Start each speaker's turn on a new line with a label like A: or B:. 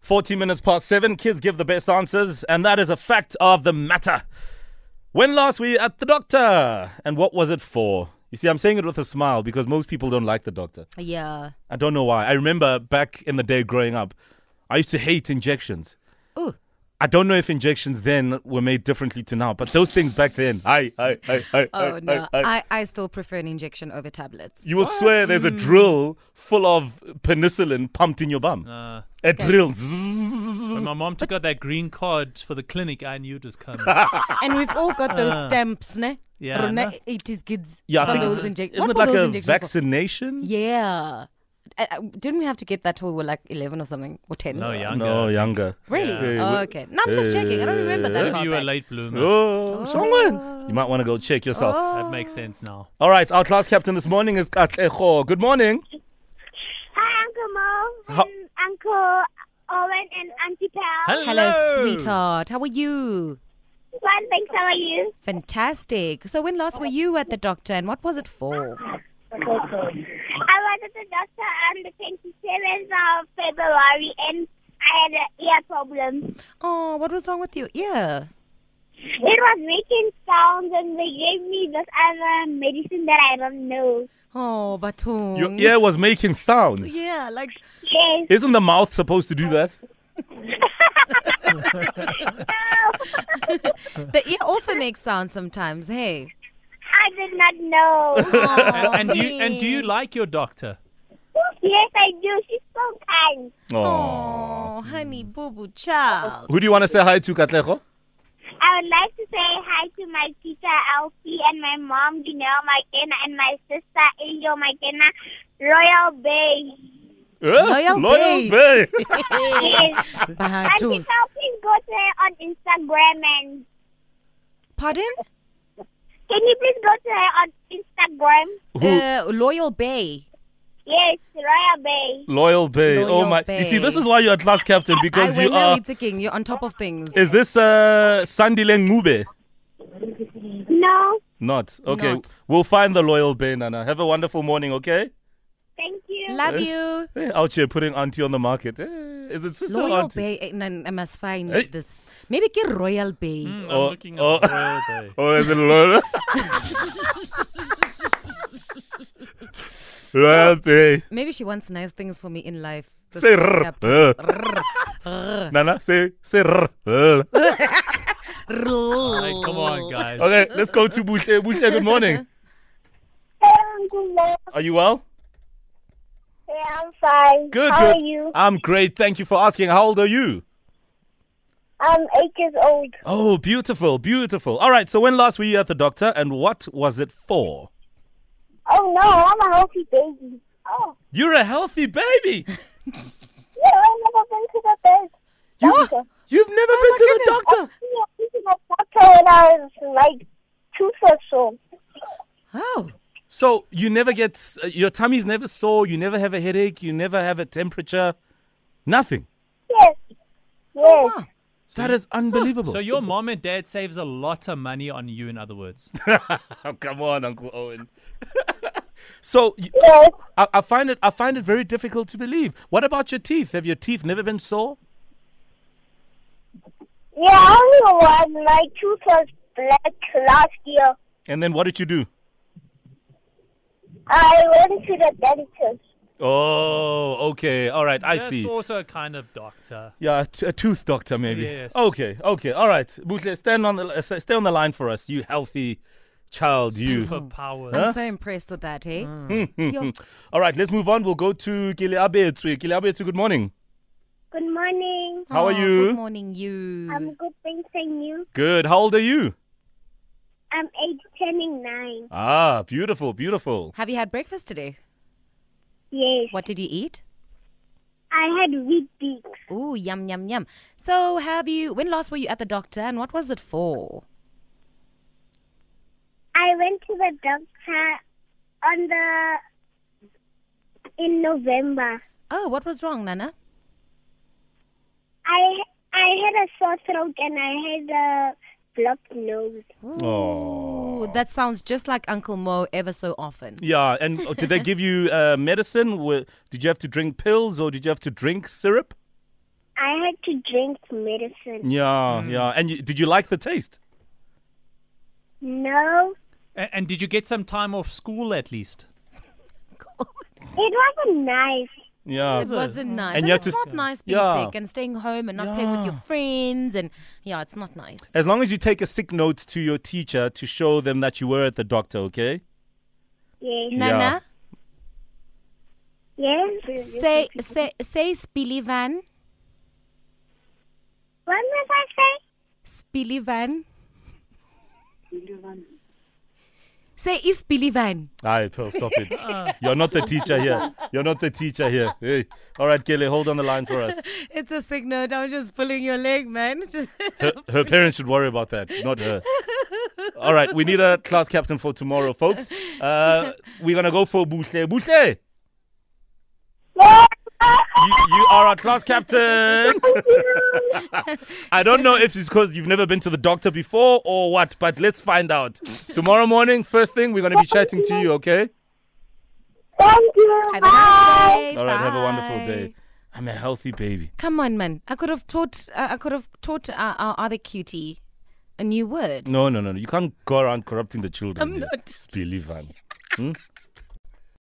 A: 40 minutes past seven, kids give the best answers, and that is a fact of the matter. When last were you at the doctor? And what was it for? You see, I'm saying it with a smile because most people don't like the doctor.
B: Yeah.
A: I don't know why. I remember back in the day growing up, I used to hate injections.
B: Ooh.
A: I don't know if injections then were made differently to now, but those things back then, I, I, I, I,
B: Oh
A: I,
B: no.
A: I, I.
B: I, I still prefer an injection over tablets.
A: you will swear there's a
B: mm.
A: drill full of penicillin pumped in your bum.
C: Uh,
A: a drill.
C: when my mom took out that green card for the clinic, I knew it was coming.
B: And we've all got those stamps, ne?
C: yeah,
B: Rona
C: no.
B: eighties kids.
A: Ah. Yeah, I
B: for
A: think
B: those
A: it's-
B: injec-
A: isn't
B: what
A: it
B: were
A: like
B: those
A: a
B: injections for?
A: vaccination?
B: Yeah. I, I, didn't we have to get that till we were like eleven or something or ten?
C: no, younger.
A: No, younger.
B: Really?
A: Yeah.
B: Oh, okay. No, I'm just checking. I don't remember that. far
C: you were
B: back.
C: late bloomer.
A: Oh, someone. You might want to go check yourself.
B: Oh.
C: That makes sense now.
A: All right, our class captain this morning is Katleho. Good morning.
D: Hi, Uncle Mo,
A: Ho-
D: and Uncle Owen, and Auntie Pal.
B: Hello, sweetheart. How are you?
D: One thing, how are you?
B: Fantastic. So when last were you at the doctor and what was it for?
D: I was at the doctor on um, the 27th of February, and I had an ear problem.
B: Oh, what was wrong with you? Yeah.
D: It was making sounds, and they gave me this other medicine that I don't know.
B: Oh, Batung.
A: Your ear was making sounds.
B: Yeah, like
D: Yes.
A: Isn't the mouth supposed to do that?
B: the ear also makes sound sometimes. Hey.
D: I did not know.
B: Oh,
C: And do you and do you like your doctor?
D: yes, I do. She's so kind.
A: Oh.
B: Oh, honey, boo boo, child.
A: Who do you want to say hi to, Katleho?
D: I would like to say hi to my teacher Alfie and my mom Janelle McKenna and my sister Angel McKenna, Royal Bay.
A: Eh?
B: Loyal
A: Loyal
B: Bay.
A: Bay.
D: Yes. Auntie
B: Batung.
D: Pal, please go to her on Instagram and
B: Pardon?
D: can you please go to her on Instagram?
A: Who?
B: Uh, Loyal Bay.
D: Yes, Royal Bay.
A: Loyal Bay. oh
B: Loyal
A: my. You see,
B: Bay.
A: this is why you're a class captain
B: I
A: because
B: when
A: you
B: now
A: are.
B: you're thinking you're on top of things.
A: Is this uh, Sandile Ngube?
D: No,
A: Not. Okay.
B: Not.
A: We'll find the Loyal Bay, Nana. Have a wonderful morning, okay?
D: thank you.
B: Love you.
A: Eh, out here putting auntie on the market. Eh, is it sister
B: Loyal
A: auntie?
B: Bay. eh, nan- I must find
A: Hey.
B: this. Maybe get Royal Bay.
C: Mm, I'm
A: Oh,
C: looking
A: oh.
C: at the eh? royal bay.
A: Oh, is it Loyal? Loyal Bay.
B: Maybe she wants nice things for me in life. This
A: Say
B: is
A: rrr.
B: kept-
A: Uh. Nana, say say rrr. Uh.
C: All right, come on, guys.
A: Okay, let's go to Buhle. Buhle, good morning.
D: Hello.
A: Are you well?
D: Yeah, I'm fine.
A: Good.
D: How
A: good.
D: are you?
A: I'm great. Thank you for asking. How old are you?
D: I'm eight years old.
A: Oh, beautiful, beautiful. All right. So when last were you at the doctor, and what was it for?
D: Oh no, I'm a healthy baby. Oh,
A: You're a healthy baby.
D: yeah, I've never been to the bed.
A: You,
D: Doctor.
A: you've never
D: Oh
A: been to the
D: I
A: doctor.
D: went to the doctor when I was like two years old.
B: Oh,
A: So you never get s- uh, your tummy's never sore. You never have a headache. You never have a temperature. Nothing.
D: Yes. Yes.
B: wow.
A: That is unbelievable.
C: So your mom and dad saves a lot of money on you, in other words.
A: Oh, come on, Uncle Owen. so y-
D: Yes.
A: I, I find it I find it very difficult to believe. What about your teeth? Have your teeth never been sore?
D: Yeah, only one. My tooth was black last year.
A: And then what did you do?
D: I went to the dentist.
A: Oh, okay. All right, I
C: That's
A: see.
C: also a kind of doctor.
A: Yeah, a t- a tooth doctor maybe.
C: Yes.
A: Okay, okay. All right. Butle, stand on the li- uh, stay on the line for us. You healthy child, you.
C: Superpowers.
B: I'm so impressed with that, hey?
A: Hmm.
B: Yo.
A: All right, let's move on. We'll go to Gileabetsu. Gileabetsu, good morning.
D: Good morning.
A: How are
B: Oh,
A: you?
B: Good morning, you.
D: I'm good, thanks, and you?
A: Good. How old are you?
D: I'm age turning nine.
A: Ah, beautiful, beautiful.
B: Have you had breakfast today?
D: Yes.
B: What did you eat?
D: I had wheat beaks.
B: Ooh, yum, yum, yum. So, have you, when last were you at the doctor and what was it for?
D: I went to the doctor on the in November.
B: Oh, what was wrong, Nana?
D: I I had a sore throat and I had a blocked nose.
B: Ooh, that sounds just like Uncle Mo ever so often.
A: Oh. Yeah, and oh, did they give you uh, medicine? Were- Did you have to drink pills or did you have to drink syrup?
D: I had to drink medicine.
A: Yeah,
B: Hmm.
A: yeah. And you, did you like the taste?
D: No,
C: And, and did you get some time off school at least?
D: it wasn't nice.
A: Yeah.
B: It wasn't nice.
A: Uh, And
B: And,
A: you had
B: it's
A: to st-
B: not nice being
A: Yeah.
B: sick and staying home and not playing with your
A: Yeah.
B: friends. And yeah, it's not nice.
A: As long as you take a sick note to your teacher to show them that you were at the doctor, okay?
D: Yes.
A: Yeah.
B: Nana,
D: Yes.
B: say say say Spilivan.
D: What must I say?
B: Spilivan. Say Ispilivan.
A: Aye, Pearl, stop
B: Uh.
A: it. You're not the teacher here. You're not the teacher here. Hey. All right, Kelly, hold on the line for us.
B: It's a sick note. I was just pulling your leg, man. It's just-
A: Her, her parents should worry about that, not her. All right, we need a class captain for tomorrow, folks. Uh, we're going to go for Boutle. Boutle, you, you are our class captain. I don't know if it's because you've never been to the doctor before or what, but let's find out. Tomorrow morning, first thing, we're going to be chatting to you, okay?
D: Thank you.
B: Have a
D: Bye.
B: nice day.
A: All right, have a wonderful
B: Bye.
A: day. I'm a healthy baby.
B: Come on, man. I could have taught. Uh, I could have taught our, our other cutie a new word.
A: No, no, no, no. You can't go around corrupting the children.
B: I'm
A: here.
B: not.
A: Spillivan.